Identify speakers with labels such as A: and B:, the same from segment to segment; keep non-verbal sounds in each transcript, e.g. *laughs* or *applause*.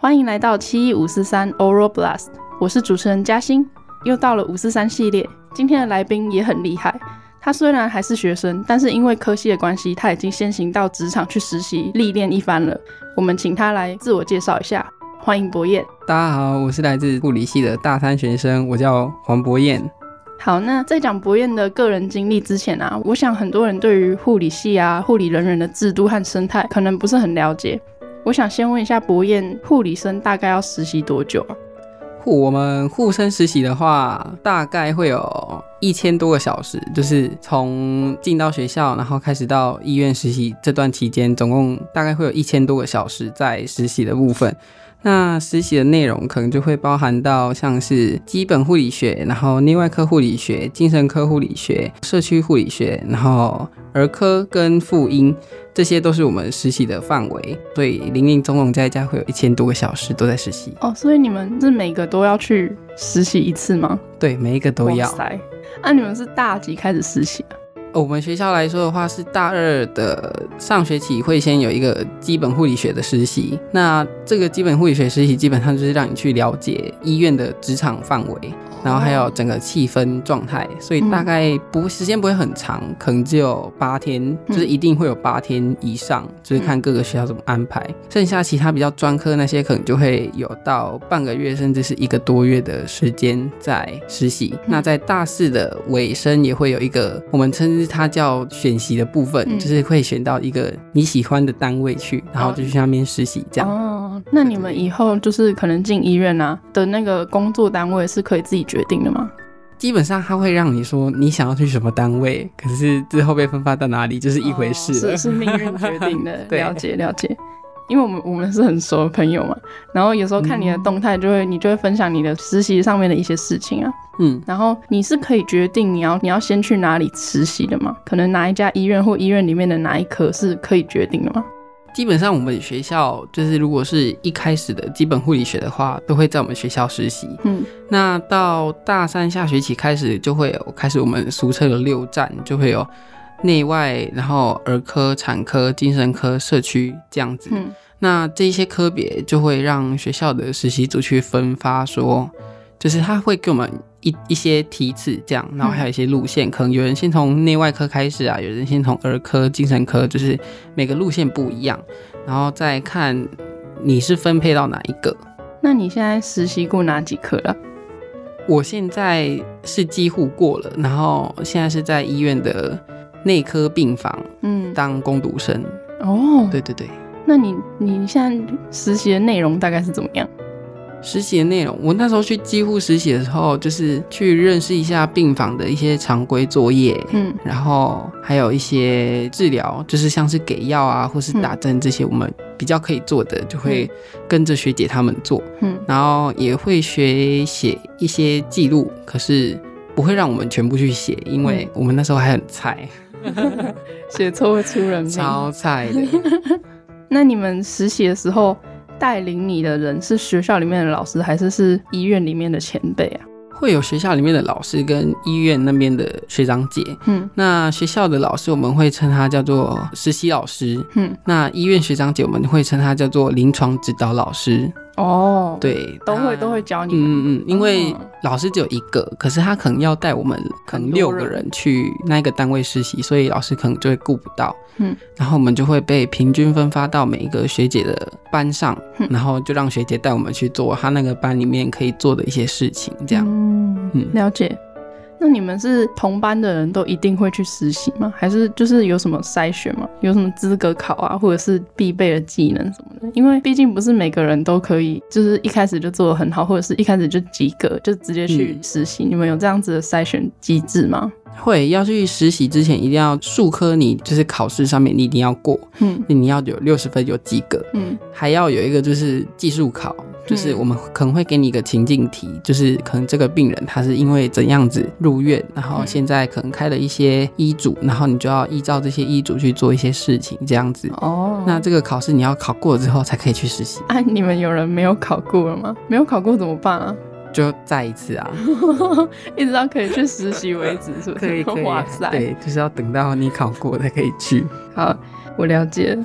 A: 欢迎来到七一五四三 Oral Blast，我是主持人嘉欣。又到了五四三系列，今天的来宾也很厉害。他虽然还是学生，但是因为科系的关系，他已经先行到职场去实习历练一番了。我们请他来自我介绍一下，欢迎博彦。
B: 大家好，我是来自物理系的大三学生，我叫黄博彦。
A: 好，那在讲博彦的个人经历之前啊，我想很多人对于护理系啊、护理人员的制度和生态可能不是很了解。我想先问一下博彦，护理生大概要实习多久啊？
B: 护我们护生实习的话，大概会有一千多个小时，就是从进到学校，然后开始到医院实习这段期间，总共大概会有一千多个小时在实习的部分。那实习的内容可能就会包含到像是基本护理学，然后内外科护理学、精神科护理学、社区护理学，然后儿科跟妇婴，这些都是我们实习的范围。所以零零总总加一加会有一千多个小时都在实习。
A: 哦，所以你们是每个都要去实习一次吗？
B: 对，每一个都要
A: 哇。塞，那、你们是大几开始实习啊？
B: 哦我们学校来说的话，是大二的上学期会先有一个基本护理学的实习。那这个基本护理学实习基本上就是让你去了解医院的职场范围，然后还
A: 哦
B: 有整个气氛状态，所以大概不时间不会很长，可能只有八天，就是一定会有八天以上，就是看各个学校怎么安排。剩下其他比较专科那些，可能就会有到半个月甚至是一个多月的时间在实习。那在大四的尾声也会有一个，我们称之它叫选习的部分，
A: 嗯
B: 就是会选到一个你喜欢的单位去，然后就去那边实习这样。
A: 哦，那你们以后就是可能进医院啊的那个工作单位是可以自己决定的吗？
B: 基本上它会让你说你想要去什么单位，可是之后被分发到哪里就是一回事了。，
A: 哦是是命运决定的
B: *laughs* 对
A: 了解了解。因为我们我们是很熟的朋友嘛，然后有时候看你
B: 嗯
A: 的动态，就会、你就会分享你的实习上面的一些事情啊。
B: 嗯，
A: 然后你是可以决定你要你要先去哪里实习的吗？可能哪一家医院或医院里面的哪一科是可以决定的吗？
B: 基本上我们学校就是，如果是一开始的基本护理学的话，都会在我们学校实习。
A: 嗯，
B: 那到大三下学期开始，就会有开始我们俗称的六站，就会有内外，然后儿科、产科、精神科、社区这样子。
A: 嗯
B: 那这些科别就会让学校的实习组去分发说，就是他会给我们一一些梯次这样，然后还有一些路线，可能有人先从内外科开始啊，有人先从儿科、精神科，就是每个路线不一样，然后再看你是分配到哪一个。
A: 那你现在实习过哪几科了？
B: 我现在是几乎过了，然后现在是在医院的内科病房
A: 嗯，
B: 当工读生。
A: 哦，
B: 对对对。
A: 那你你现在实习的内容大概是怎么
B: *laughs*
A: 样？
B: 实习的内容，我那时候去几乎实习的时候，就是去认识一下病房的一些常规作业，
A: 嗯
B: 然后还有一些治疗，就是像是给药啊，或是打针这些，我们比较可以做的，就会跟着学姐他们做，
A: 嗯
B: 然后也会学写一些记录，可是不会让我们全部去写，因为我们那时候还很菜，
A: 写错会出人命。
B: 超菜的。
A: 那你们实习的时候，带领你的人是学校里面的老师，还是是医院里面的前辈啊？
B: 会有学校里面的老师跟医院那边的学长姐，
A: 嗯
B: 那学校的老师我们会称他叫做实习老师，
A: 嗯，
B: 那医院学长姐我们会称他叫做临床指导老师。
A: 哦，，
B: 对，
A: 都会
B: 他
A: 都会。教你们。
B: 嗯嗯嗯，因为
A: 哦
B: 老师只有一个，可是他可能要带我们可能
A: 很多
B: 六个
A: 人
B: 人去那个单位实习，所以老师可能就会顾不到。
A: 嗯，
B: 然后我们就会被平均分发到每一个学姐的班上，
A: 嗯
B: 然后就让学姐带我们去做她那个班里面可以做的一些事情，这样。
A: 嗯
B: 嗯
A: 了解。那你们是同班的人都一定会去实习吗？还是就是有什么筛选吗？有什么资格考啊，或者是必备的技能什么的？因为毕竟不是每个人都可以，就是一开始就做的很好，或者是一开始就及格就直接去
B: 嗯
A: 实习。你们有这样子的筛选机制吗？
B: 会要去实习之前，一定要数科你就是考试上面你一定要过，
A: 嗯
B: 你要有六十分有及格，
A: 嗯
B: 还要有一个就是技术考，就是我们可能会给你一个情境题，就是可能这个病人他是因为怎样子入院，然后
A: 嗯
B: 现在可能开了一些医嘱，然后你就要依照这些医嘱去做一些事情，这样子。
A: 哦，
B: 那这个考试你要考过之后才可以去实习，
A: 啊，你们有人没有考过了
B: *laughs*
A: 吗？没有考过怎么办啊？ *laughs*
B: 就再一次啊，
A: 一直到可以去实习为止，是不是？ *laughs* 哇塞，
B: 对，就是要等到你考过才可以去。
A: 好，我了解了。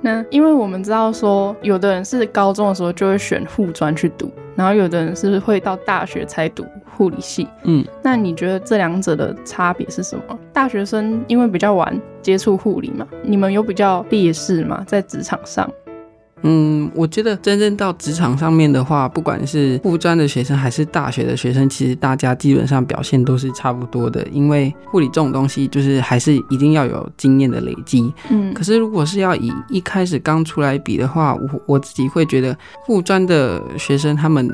A: 那因为我们知道说，有的人是高中的时候就会选护专去读，然后有的人是会到大学才读护理系。
B: 嗯，
A: 那你觉得这两者的差别是什么？大学生因为比较晚接触护理嘛，你们有比较劣势吗？在职场上？
B: 嗯，我觉得真正到职场上面的话，不管是护专的学生还是大学的学生，其实大家基本上表现都是差不多的，因为护理这种东西就是还是一定要有经验的累积。
A: 嗯
B: 可是如果是要以一开始刚出来比的话，我我自己会觉得嗯护专的学生他们。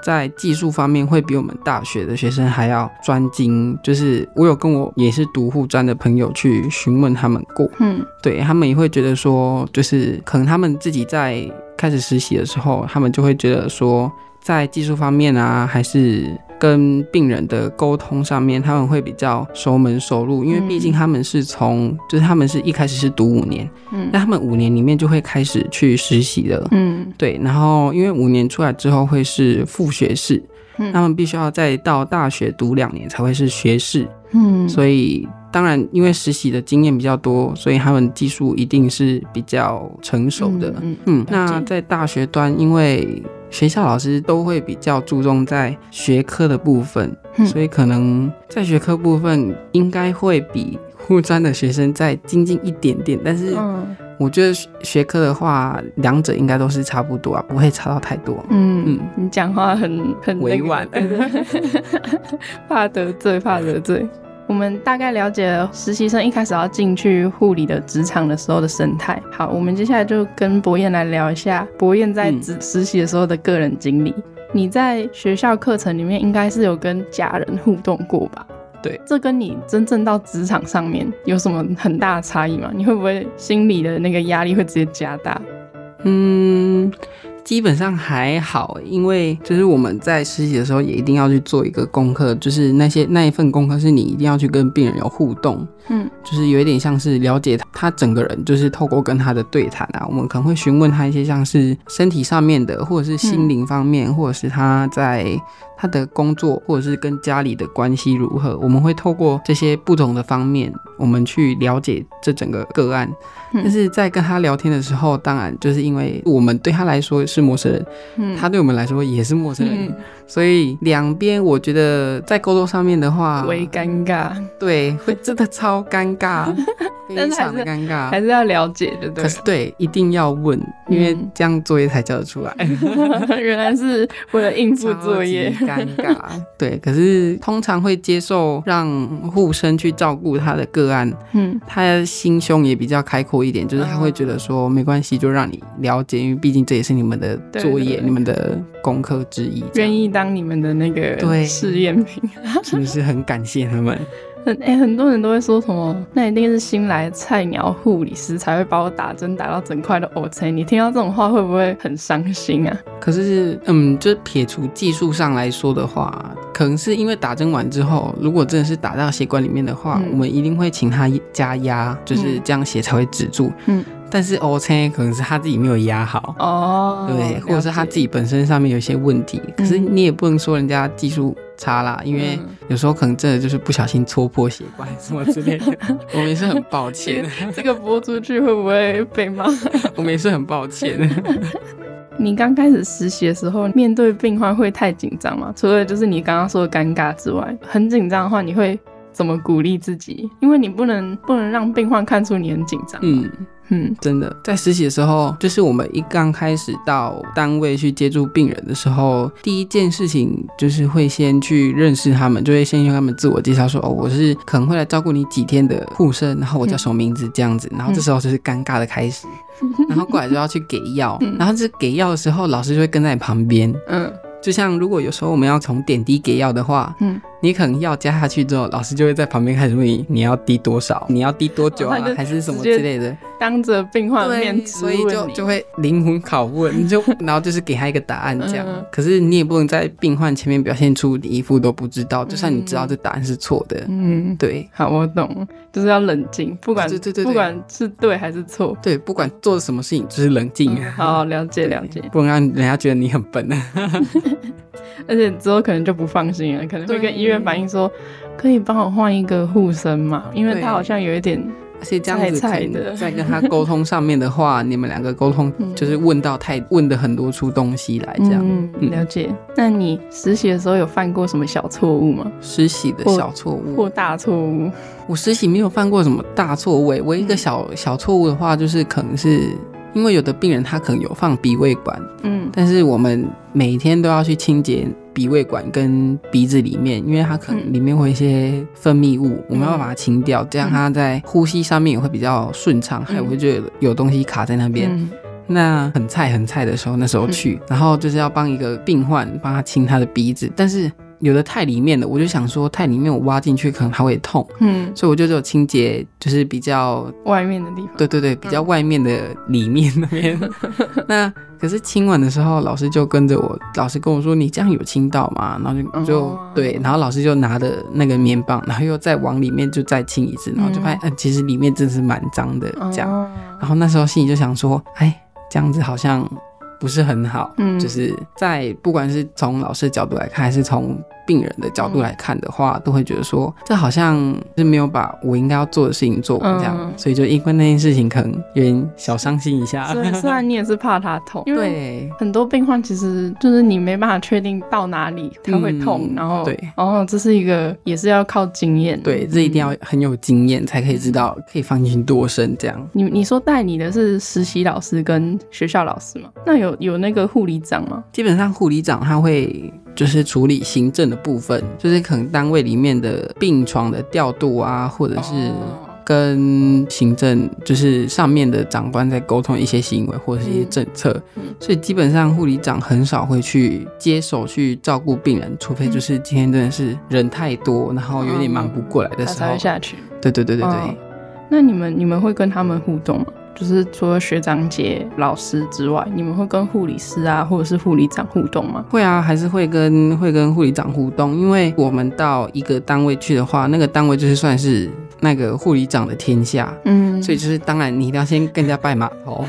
B: 在技术方面会比我们大学的学生还要专精，就是我有跟我也是读护专的朋友去询问他们过，
A: 嗯
B: 对他们也会觉得说，就是可能他们自己在开始实习的时候，他们就会觉得说，在技术方面啊，还是跟病人的沟通上面，他们会比较熟门熟路，因为毕竟
A: 嗯
B: 他们是从，就是他们是一开始是读五年，
A: 嗯
B: 那他们五年里面就会开始去实习了。
A: 嗯
B: 对，然后因为五年出来之后会是副学士，
A: 嗯
B: 他们必须要再到大学读两年才会是学士。
A: 嗯，
B: 所以当然，因为实习的经验比较多，所以他们技术一定是比较成熟的。
A: 嗯
B: 嗯，
A: 了
B: 那
A: 解
B: 在大学端，因为学校老师都会比较注重在学科的部分，
A: 嗯
B: 所以可能在学科部分应该会比护专的学生再精进一点点。但是
A: 嗯
B: 我觉得学学科的话，两者应该都是差不多啊，不会差到太多。
A: 嗯
B: 嗯，
A: 你讲话很很那个
B: 委婉
A: 对对对 *laughs* 怕得罪，怕得罪。我们大概了解了实习生一开始要进去护理的职场的时候的生态。好，我们接下来就跟博彦来聊一下博彦在
B: 嗯
A: 职实习的时候的个人经历。你在学校课程里面应该是有跟家人互动过吧？
B: 对，
A: 这跟你真正到职场上面有什么很大的差异吗？你会不会心理的那个压力会直接加大？
B: 嗯，基本上还好，因为就是我们在实习的时候也一定要去做一个功课，就是那些那一份功课是你一定要去跟病人有互动，
A: 嗯
B: 就是有一点像是了解他他整个人，就是透过跟他的对谈啊，我们可能会询问他一些像是身体上面的，或者是心灵方面，或者是他在他的工作，或者是跟家里的关系如何，我们会透过这些不同的方面，我们去了解这整个个案。
A: 嗯
B: 但是在跟他聊天的时候，当然就是因为我们对他来说是陌生人，
A: 嗯，
B: 他对我们来说也是陌生人，
A: 嗯
B: 所以两边我觉得在沟通上面的话，
A: 微尴尬。
B: 对，会真的超尴
A: *laughs*
B: 尬，
A: 但是还
B: 非常
A: 是
B: 的尴尬
A: 还。是要了解，对不
B: 可是对，一定要问，因为这样作业才交得出
A: *laughs*
B: 来。
A: 对？ *laughs* 原来是为了应付作业。
B: 超级
A: *laughs*
B: 尴尬。对，可是通常会接受让护生去照顾他的个案，
A: 嗯
B: 他心胸也比较开阔一点，就是他会觉得说没关系，就让你了解，因为毕竟这也是你们的
A: 对
B: 作业、
A: 对
B: 你们的功课之一。这样
A: 愿意当你们的那个
B: 对
A: 试验品。 *laughs*
B: 是不是很感谢他们？
A: 很哎、很多人都会说什么，那一定是新来菜鸟护理师才会把我打针打到整块的 O C。你听到这种话会不会很伤心啊？
B: 可是，嗯，就是撇除技术上来说的话，可能是因为打针完之后，如果真的是打到血管里面的话，
A: 嗯
B: 我们一定会请他加压，就是
A: 嗯
B: 这样血才会止住。
A: 嗯，
B: 但是 O C 可能是他自己没有压好，
A: 哦，
B: 对，或者是他自
A: 己
B: 己本身上面有一些问题。可是
A: 嗯
B: 你也不能说人家技术差啦，因为
A: 嗯
B: 有时候可能真的就是不小心戳破血管什么之
A: *laughs*
B: 类的，我们也是很抱歉，
A: 这个播出去会不会被骂？
B: 我们也是很抱歉。
A: 你刚开始实习的时候，面对病患会太紧张吗？除了就是你刚刚说的尴尬之外，很紧张的话，你会怎么鼓励自己？因为你不能不能让病患看出你很紧张。
B: 嗯。
A: 嗯
B: 真的，在实习的时候，就是我们一刚开始到单位去接触病人的时候，第一件事情就是会先去认识他们，就会先用他们自我介绍说，哦，我是可能会来照顾你几天的护生，然后我
A: 嗯
B: 叫什么名字这样子，然后这时候就是尴尬的开始，然后过来就要去给
A: *laughs*
B: 药，然后这给药的时候，老师就会跟在你旁边，
A: 嗯
B: 就像如果有时候我们要从点滴给药的话，
A: 嗯，
B: 你可能药加下去之后，老师就会在旁边开始问你你要滴多少，你要滴多久
A: *laughs* 哦
B: 啊
A: 他就，
B: 还是什么
A: 直接
B: 之类的。
A: 当着病患的面质
B: 所
A: 问你
B: 以就就会灵魂拷问， *laughs* 就然后就是给他一个答案这样。
A: 嗯
B: 可是你也不能在病患前面表现出你一副都不知道，就算你知道这答案是错的，
A: 嗯，
B: 对
A: 好，我懂，就是要冷静，不管、
B: 啊对对对对
A: 不管是对还是错。
B: 对，不管做什么事情就是冷静。啊
A: 嗯
B: *laughs*
A: 好，了解了解，
B: 不能让人家觉得你很笨
A: *laughs*
B: 啊！
A: 而且之后可能就不放心了，可能会
B: 对
A: 跟医院反映说，可以帮我换一个护身嘛，因为
B: 对
A: 他好像有一点
B: 而且这样子
A: 菜
B: 可
A: 菜
B: 能
A: 的
B: 在跟他沟通上面的话，你们两个沟
A: *laughs*
B: 通
A: 嗯
B: 就是问到太问的很多出东西来，这样、
A: 嗯，
B: 嗯
A: 了解。那你实习的时候有犯过什么小错误吗？
B: 实习的
A: 或
B: 小错误
A: 或大错误？
B: 我实习没有犯过什么大错误欸，唯一一
A: 嗯
B: 个小小错误的话，就是可能是因为有的病人他可能有放鼻胃管，
A: 嗯
B: 但是我们每天都要去清洁鼻胃管跟鼻子里面，因为它可能
A: 嗯
B: 里面会有一些分泌物，我们要把它清掉，这样它在呼吸上面也会比较顺畅，还有会觉得有东西卡在那边。
A: 嗯
B: 那很菜很菜的时候，那时候去，然后就是要帮一个病患帮他清他的鼻子，但是有的太里面了，我就想说太里面我挖进去可能它会痛。
A: 嗯，
B: 所以我就只有清洁，就是比较
A: 外面的地方。
B: 对对对，比较
A: 嗯
B: 外面的里面那
A: *laughs*
B: 边。那可是清完的时候，老师就跟着我，老师跟我说：“你这样有清到吗？”然后就就、
A: 哦
B: 对，然后老师就拿着那个棉棒，然后又再往里面就再清一次，然后就发现，嗯、其实里面真是蛮脏的这样。
A: 哦
B: 然后那时候心里就想说：“哎，这样子好像不是很好。”
A: 嗯
B: 就是在不管是从老师的角度来看，还是从病人的
A: 嗯
B: 角度来看的话，都会觉得说这好像是没有把我应该要做的事情做完这样，
A: 嗯
B: 所以就因为那件事情可能有点小伤心一下。嗯
A: 虽然虽然你也是怕它痛，因为
B: 对，
A: 很多病患其实就是你没办法确定到哪里它会痛，
B: 嗯
A: 然后
B: 对，
A: 哦，这是一个也是要靠经验。嗯
B: 对，这一定要很有经验才可以知道可以放进去多深这样。
A: 你你说带你的是实习老师跟学校老师吗？那有有那个护理长吗？
B: 基本上护理长他会就是处理行政的部分，就是可能单位里面的病床的调度啊，或者是
A: 哦
B: 跟行政就是上面的长官在沟通一些行为或者是一些政策，
A: 嗯嗯
B: 所以基本上护理长很少会去接手去照顾病人，除
A: 嗯
B: 非就是今天真的是人太多，然后有点忙不过来
A: 他
B: 的时
A: 才
B: 候
A: 会，下去。
B: 对对对对对。
A: 哦那你们你们会跟他们互动吗？就是除了学长姐、老师之外，你们会跟护理师啊，或者是护理长互动吗？
B: 会啊，还是会跟会跟护理长互动，因为我们到一个单位去的话，那个单位就是算是那个护理长的天下，
A: 嗯
B: 所以就是当然你一定要先跟人家拜码头，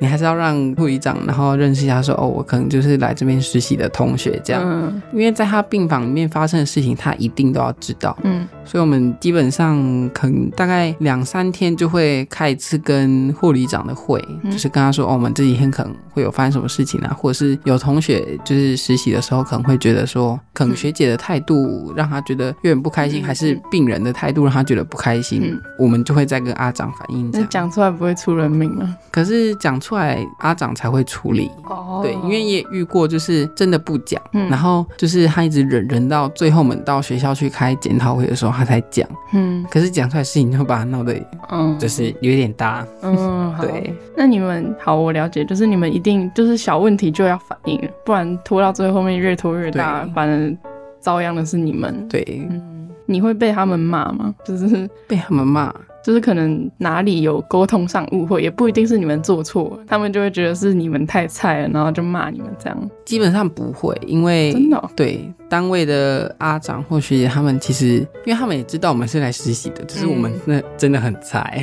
B: 你还是要让护理长然后认识一下说哦，我可能就是来这边实习的同学这样，
A: 嗯
B: 因为在他病房里面发生的事情，他一定都要知道，
A: 嗯
B: 所以我们基本上可能大概两三天就会开一次跟护理长的会，
A: 嗯
B: 就是跟他说，哦，我们这几天可能会有发生什么事情啊，或者是有同学就是实习的时候可能会觉得说，可能学姐的态度让他觉得有点不开心，
A: 嗯
B: 还是病人的态度让他觉得不开心，
A: 嗯
B: 我们就会再跟阿长反映这
A: 那
B: 样。
A: 讲出来不会出人命吗？
B: 可是讲出来，阿长才会处理。
A: 哦
B: 对，因为也遇过，就是真的不讲，
A: 嗯
B: 然后就是他一直忍忍到最后，我们到学校去开检讨会的时候，他才讲。
A: 嗯
B: 可是讲出来事情就把他闹得
A: 嗯，
B: 就是有一点大， *laughs*
A: 嗯，好
B: 对。
A: 那你们好，我了解，就是你们一定就是小问题就要反应，不然拖到最后面越拖越大，
B: 对
A: 反正遭殃的是你们。
B: 对，
A: 嗯，你会被他们骂吗？就是
B: 被他们骂，
A: 就是可能哪里有沟通上误会，也不一定是你们做错，他们就会觉得是你们太菜了，然后就骂你们这样。
B: 基本上不会，因为
A: 真的哦
B: 对单位的阿长或学姐他们其实，因为他们也知道我们是来实习的，只是我们
A: 嗯
B: 那真的很菜，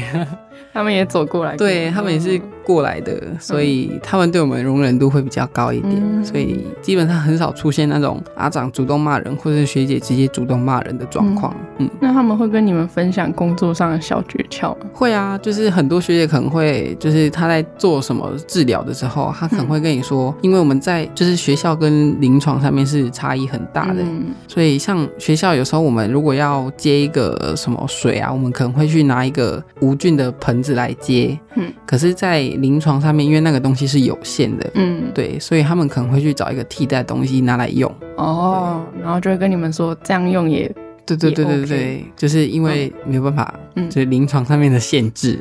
A: 他们也走过来过，
B: 对他们也是过来的，所以他们对我们容忍度会比较高一点，
A: 嗯
B: 所以基本上很少出现那种阿长主动骂人，或者是学姐直接主动骂人的状况，嗯
A: 那他们会跟你们分享工作上的小诀窍吗？
B: 会啊，就是很多学姐可能会，就是她在做什么治疗的时候，她
A: 嗯
B: 可能会跟你说，因为我们在就是学校跟临床上面是差异很大的，
A: 嗯
B: 所以像学校有时候我们如果要接一个什么水啊，我们可能会去拿一个无菌的盆子来接，
A: 嗯
B: 可是，在临床上面，因为那个东西是有限的。
A: 嗯，
B: 对，所以他们可能会去找一个替代东西拿来用。
A: 哦，然后就会跟你们说这样用也
B: 对对对
A: 也
B: 对对
A: OK
B: 对，就是因为没有办法，
A: 嗯
B: 就是临床上面的限制。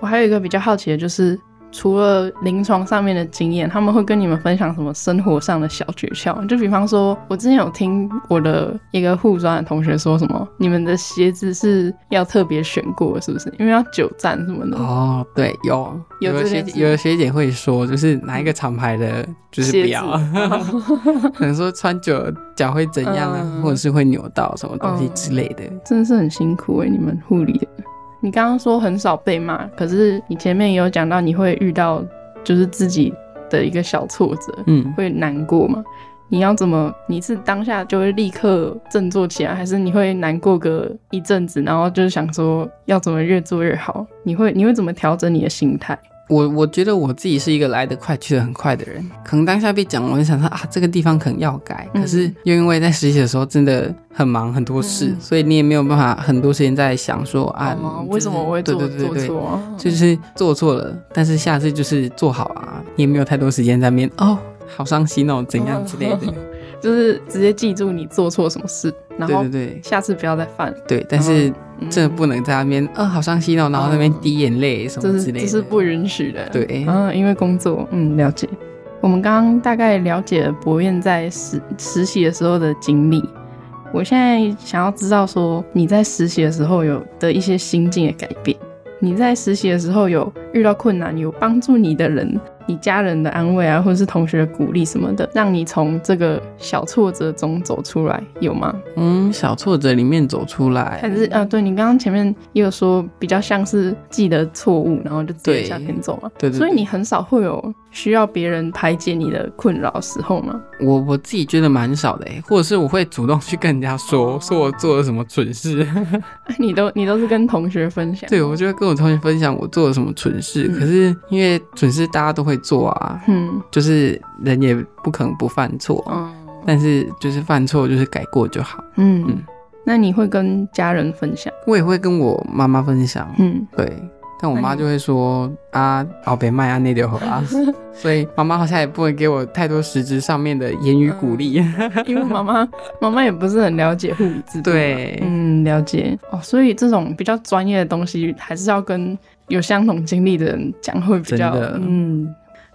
A: 我还有一个比较好奇的就是，除了临床上面的经验，他们会跟你们分享什么生活上的小诀窍？就比方说，我之前有听我的一个护专的同学说什么，你们的鞋子是要特别选过的，是不是？因为要久站什么的。
B: 哦，对，有
A: 嗯有
B: 的
A: 这
B: 学
A: 件
B: 姐
A: 事
B: 有的学姐会说，就是哪一个厂牌的，就是不
A: 鞋子
B: 要，
A: *laughs* 哦
B: 可能说穿久了脚会怎样啊，
A: 嗯
B: 或者是会扭到什么东西之类的。
A: 真的是很辛苦哎、你们护理的。你刚刚说很少被骂，可是你前面也有讲到你会遇到就是自己的一个小挫折，
B: 嗯，
A: 会难过吗？你要怎么？你是当下就会立刻振作起来，还是你会难过个一阵子，然后就是想说要怎么越做越好？你会你会怎么调整你的心态？
B: 我我觉得我自己是一个来得快去得很快的人，可能当下被讲，我就想说啊，这个地方可能要改，
A: 嗯
B: 可是又因为在实习的时候真的很忙很多事，
A: 嗯嗯
B: 所以你也没有办法很多时间在想说啊，
A: 好吗
B: 就是
A: 哦为什么我会做
B: 对对对对
A: 做错啊？
B: 就是做错了，但是下次就是做好啊，也没有太多时间在面哦，好伤心哦，怎样之类的，
A: 就是直接记住你做错什么事，然
B: 对
A: 后
B: 对对
A: 下次不要再犯。
B: 对，但是
A: 嗯
B: 真的不能在那边哦，好伤心哦，然后在那边
A: 嗯
B: 滴眼泪什
A: 这
B: 么
A: 是
B: 之类
A: 这
B: 的，
A: 是不允许的。
B: 对
A: 嗯，因为工作，嗯，了解。我们刚刚大概了解了博彦在实实习的时候的经历。我现在想要知道说你在实习的时候有的一些心境的改变。你在实习的时候有遇到困难，有帮助你的人，你家人的安慰啊，或者是同学的鼓励什么的，让你从这个小挫折中走出来，有吗？
B: 嗯，小挫折里面走出来，
A: 还是啊，对你刚刚前面也有说，比较像是记得错误，然后就直接
B: 对
A: 向前走嘛。
B: 对对对
A: 所以你很少会有需要别人排解你的困扰的时候嘛。
B: 我我自己觉得蛮少的欸，或者是我会主动去跟人家说， *laughs* 说我做了什么蠢事。
A: *laughs*
B: *laughs*
A: 你都你都是跟同学分享。
B: 对，我就会跟我同学分享我做了什么蠢事。
A: 嗯
B: 可是因为蠢事大家都会做啊，
A: 嗯
B: 就是人也不可能不犯错，啊
A: 嗯
B: 但是就是犯错就是改过就好。
A: 嗯
B: 嗯，
A: 那你会跟家人分享？ *laughs*
B: 我也会跟我妈妈分享，
A: 嗯，
B: 对。但我
A: 那
B: 妈
A: 你
B: 就会说啊，哦别卖啊，那就好
A: *laughs*
B: 啊，所以妈妈好像也不能给我太多实质上面的言语鼓励。
A: 因为妈妈妈妈也不是很了解护理制度嘛。
B: *laughs* 对
A: 嗯，了解哦。所以这种比较专业的东西，还是要跟有相同经历的人讲会比较
B: 真的
A: 嗯。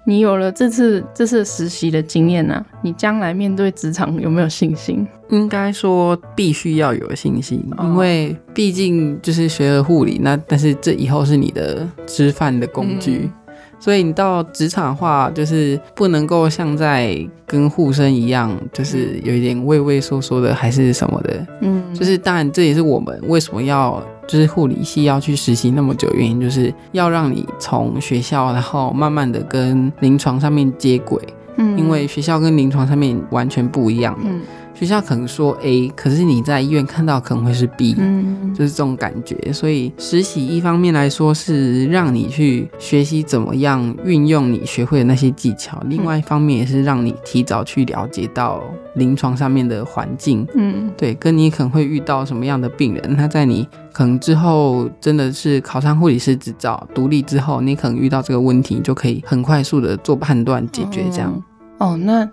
A: 你有了这次这次实习的经验呢、啊，你将来面对职场有没有信心？
B: 应该说必须要有信心，
A: 哦
B: 因为毕竟就是学了护理，那但是这以后是你的吃饭的工具。
A: 嗯
B: 所以你到职场的话，就是不能够像在跟护生一样，就是有一点畏畏缩缩的，还是什么的。
A: 嗯，
B: 就是当然，这也是我们为什么要就是护理系要去实习那么久，原因就是要让你从学校，然后慢慢的跟临床上面接轨，
A: 嗯
B: 因为学校跟临床上面完全不一样。
A: 嗯
B: 学校可能说 A，可是你在医院看到可能会是 B，、
A: 嗯
B: 就是这种感觉。所以实习一方面来说是让你去学习怎么样运用你学会的那些技巧，
A: 嗯
B: 另外一方面也是让你提早去了解到临床上面的环境。
A: 嗯
B: 对，跟你可能会遇到什么样的病人？那在你可能之后真的是考上护理师执照、独立之后，你可能遇到这个问题，你就可以很快速的做判断解决。这样，
A: 哦，那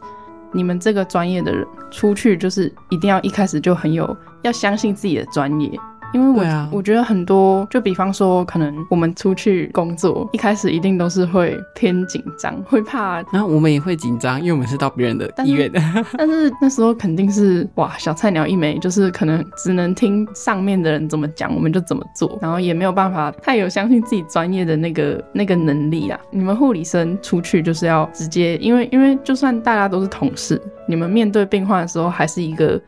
A: 你们这个专业的人出去，就是一定要一开始就很有要相信自己的专业，因为我、
B: 对啊
A: 我觉得很多，就比方说，可能我们出去工作，一开始一定都是会偏紧张，会怕，
B: 然后我们也会紧张，因为我们是到别人的
A: 但
B: 医
A: 是 *laughs*
B: 院的。
A: 但是那时候肯定是哇，小菜鸟一枚，就是可能只能听上面的人怎么讲，我们就怎么做，然后也没有办法太有相信自己专业的那个那个能力啊。你们护理生出去就是要直接，因为因为就算大家都是同事，你们面对病患的时候还是一个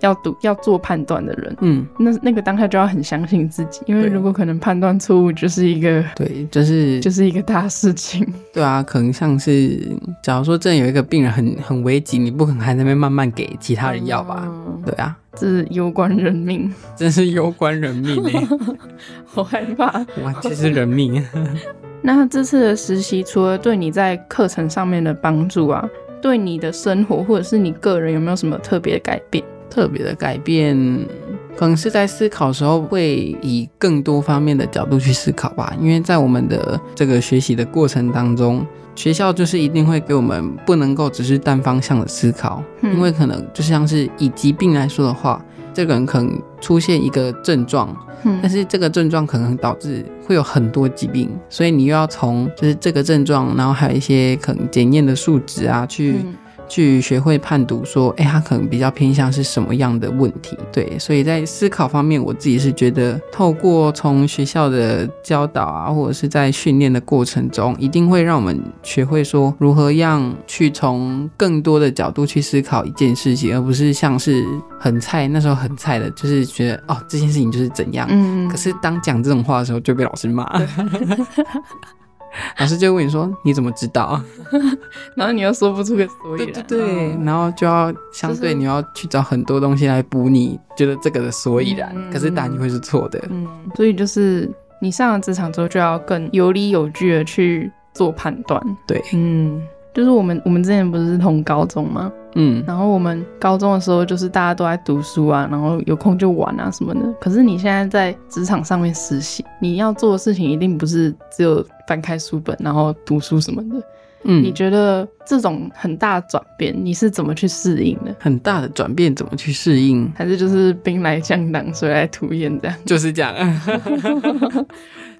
A: 要读要做判断的人。
B: 嗯，
A: 那那个当下就要很相信自己，因为
B: 对
A: 如果可能判断错误，就是一个
B: 对，就是
A: 就
B: 就是
A: 一个大事情。
B: 对啊，可能像是，假如说真的有一个病人很很危急，你不可能还在那边慢慢给其他人药吧？
A: 嗯
B: 对啊，
A: 这是攸关人命，
B: 真是攸关人命呢、
A: *laughs* 好害怕。
B: 完全是人命。
A: 那这次的实习，除了对你在课程上面的帮助啊，对你的生活或者是你个人有没有什么特别的改变？
B: 特别的改变，可能是在思考的时候会以更多方面的角度去思考吧。因为在我们的这个学习的过程当中，学校就是一定会给我们不能够只是单方向的思考，
A: 嗯
B: 因为可能就像是以疾病来说的话，这个人可能出现一个症状，
A: 嗯
B: 但是这个症状可能导致会有很多疾病，所以你又要从就是这个症状，然后还有一些可能检验的数值啊，去、
A: 嗯
B: 去学会判读说，哎、他可能比较偏向是什么样的问题？对，所以在思考方面，我自己是觉得透过从学校的教导啊，或者是在训练的过程中，一定会让我们学会说如何让去从更多的角度去思考一件事情，而不是像是很菜那时候很菜的，就是觉得哦这件事情就是怎样。
A: 嗯，
B: 可是当讲这种话的时候，就被老师骂。老师就问你说你怎么知道？
A: 然后你又说不出个所以
B: 对
A: 然。
B: 对对，
A: 嗯
B: 然后就要相
A: 就是
B: 对你要去找很多东西来补你觉得这个的所以然，
A: 嗯
B: 可是答案会是错的。
A: 嗯，所以就是你上了职场之后，就要更有理有据的去做判断。
B: 对，
A: 嗯，就是我们我们之前不是同高中吗？
B: 嗯，
A: 然后我们高中的时候就是大家都在读书啊，然后有空就玩啊什么的。可是你现在在职场上面实习，你要做的事情一定不是只有翻开书本然后读书什么的。
B: 嗯，
A: 你觉得这种很大的转变，你是怎么去适应的？
B: 很大的转变怎么去适应？
A: 还是就是兵来将挡，水来土掩这样？
B: 就是
A: *laughs*
B: 这样，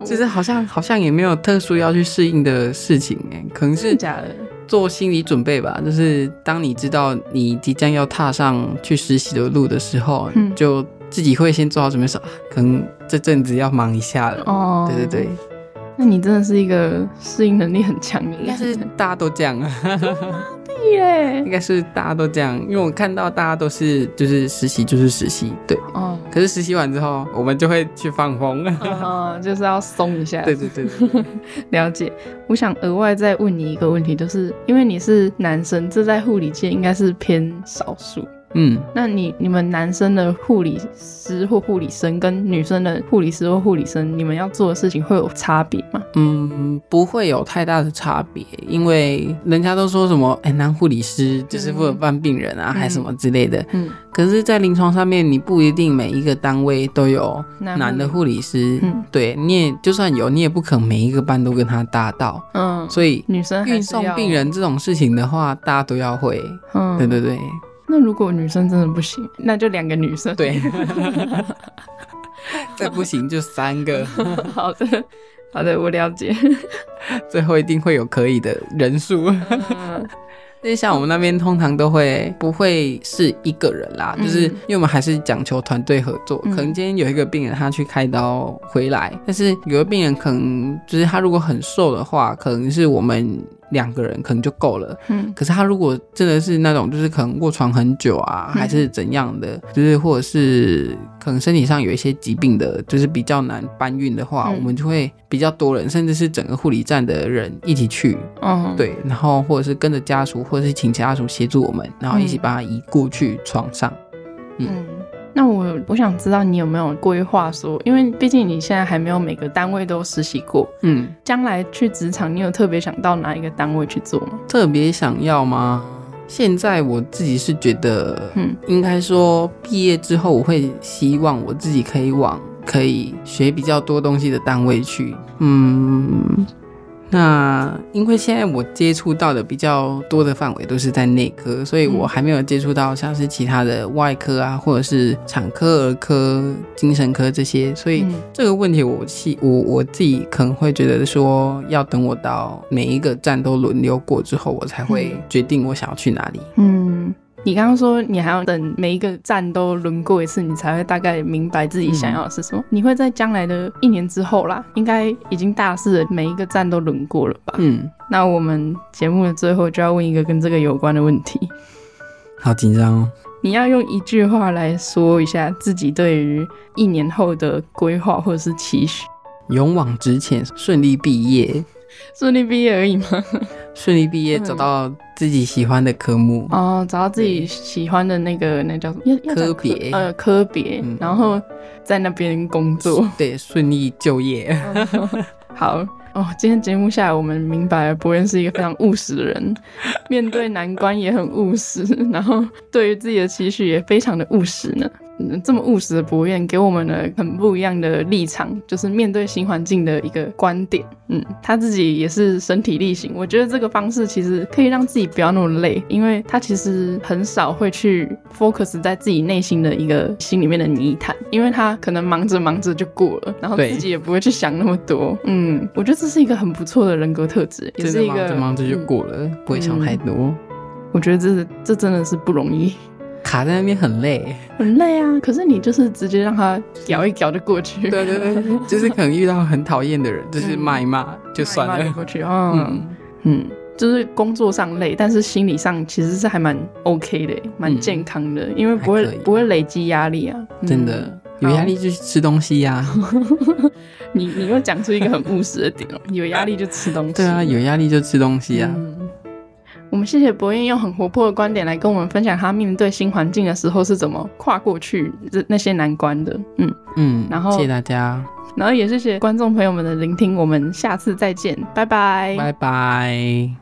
B: 就是好像好像也没有特殊要去适应的事情哎，可能
A: 真
B: 是
A: 的假的？
B: 做心理准备吧。就是当你知道你即将要踏上去实习的路的时候，
A: 嗯
B: 就自己会先做好准备说，啊可能这阵子要忙一下了。
A: *laughs* 哦，
B: 对对对，，
A: 那你真的是一个适应能力很强的
B: 应该
A: 人， *laughs*
B: 是大家都这样，
A: 耶
B: 应。该是大家都这样，因为我看到大家都是就是实习就是实习，对。
A: 哦， *laughs*
B: 可是实习完之后，我们就会去放风。
A: 哦，就是要松一下。
B: 对对对对对
A: 了解，我想额外再问你一个问题，就是因为你是男生，这在护理界应该是偏少数。
B: 嗯。
A: 那你你们男生的护理师或护理生跟女生的护理师或护理生，你们要做的事情会有差别吗？
B: 嗯，不会有太大的差别，因为人家都说什么，哎、男护理师就是负责办病人啊，
A: 嗯
B: 还什么之类的。
A: 嗯，
B: 可是，在临床上面，你不一定每一个单位都有
A: 男
B: 男的护理师，
A: 嗯
B: 对，你也就算有，你也不可能每一个班都跟他搭到，
A: 嗯，
B: 所以
A: 女生还是
B: 运送
A: 要
B: 病，人这种事情的话，大家都要会。
A: 嗯，
B: 对对对
A: 那如果女生真的不行，那就两个女生。 *laughs*
B: 对，再不行就三个，
A: 好的，好的，我了解。
B: 最后一定会有可以的人数。
A: 嗯
B: 因为像我们那边通常都会不会是一个人啦，
A: 嗯
B: 就是因为我们还是讲求团队合作。
A: 嗯
B: 可能今天有一个病人他去开刀回来，但是有的病人可能就是他如果很瘦的话，可能是我们两个人可能就够了。
A: 嗯
B: 可是他如果真的是那种就是可能卧床很久啊，
A: 嗯
B: 还是怎样的，就是或者是可能身体上有一些疾病的，就是比较难搬运的话，
A: 嗯
B: 我们就会比较多人，甚至是整个护理站的人一起去。
A: 嗯，
B: 对，然后或者是跟着家属，或者是请家属协助我们，然后一起
A: 嗯
B: 把他移过去床上。
A: 嗯，那我我想知道你有没有规划说，因为毕竟你现在还没有每个单位都实习过，
B: 嗯，
A: 将来去职场，你有特别想到哪一个单位去做吗？
B: 特别想要吗？现在我自己是觉得，
A: 嗯
B: 应该说毕业之后，我会希望我自己可以往可以学比较多东西的单位去。嗯，那因为现在我接触到的比较多的范围都是在内科，所以我
A: 嗯
B: 还没有接触到像是其他的外科啊，或者是产科、儿科、精神科这些，所以
A: 嗯
B: 这个问题我系我我自己可能会觉得说，要等我到每一个站都轮流过之后，我才会
A: 嗯
B: 决定我想要去哪里。
A: 嗯，你刚刚说你还要等每一个站都轮过一次，你才会大概明白自己想要的是什么。你会在将来的一年之后啦，应该已经大四了，每一个站都轮过了吧？
B: 嗯，
A: 那我们节目的最后就要问一个跟这个有关的问题，
B: 好紧张哦。
A: 你要用一句话来说一下自己对于一年后的规划或者是期许。
B: 勇往直前，顺利毕业，
A: 顺利毕业而已吗？
B: 顺利毕业，
A: 嗯
B: 找到自己喜欢的科目。
A: *laughs* 哦，找到自己喜欢的那个那叫什么？要要讲
B: 科别
A: 呃，科别，
B: 嗯
A: 然后在那边工作。
B: 对，顺利就业。
A: 嗯 *laughs* 好哦，今天节目下来，我们明白了博恩是一个非常务实的人，面对难关也很务实，然后对于自己的期许也非常的务实呢。嗯，这么务实的博彦给我们了很不一样的立场，就是面对新环境的一个观点。嗯，他自己也是身体力行，我觉得这个方式其实可以让自己不要那么累，因为他其实很少会去 focus 在自己内心的一个心里面的泥潭，因为他可能忙着忙着就过了，然后
B: 对
A: 自己也不会去想那么多。嗯，我觉得这是一个很不错的人格特质，也
B: 真
A: 是
B: 的
A: 一
B: 忙
A: 个
B: 着忙着就
A: 嗯
B: 过了，不会想太多，
A: 我觉得这这真的是不容易，
B: 卡在那边 *laughs* 很累。
A: 很累啊。可是你就是直接让他咬一咬就过去，
B: 对对对， *laughs* 就是可能遇到很讨厌的人，就是
A: 嗯
B: 骂一骂就算
A: 慢慢地
B: 了。
A: 过去啊。嗯
B: 嗯，
A: 嗯，就是工作上累，但是心理上其实是还蛮 OK 的，蛮健康的，因为不会
B: 还可以
A: 不会累积压力啊。嗯
B: 真的，有压力就去吃东西呀、
A: 你你又讲出一个很务实的点哦，有压力就吃东西。
B: 对啊，有压力啊就吃东西呀、
A: 嗯我们谢谢博彦用很活泼的观点来跟我们分享他面对新环境的时候是怎么跨过去这那些难关的。嗯，
B: 嗯，
A: 然后
B: 谢谢大家，
A: 然后也谢谢观众朋友们的聆听，我们下次再见，拜拜
B: 拜拜。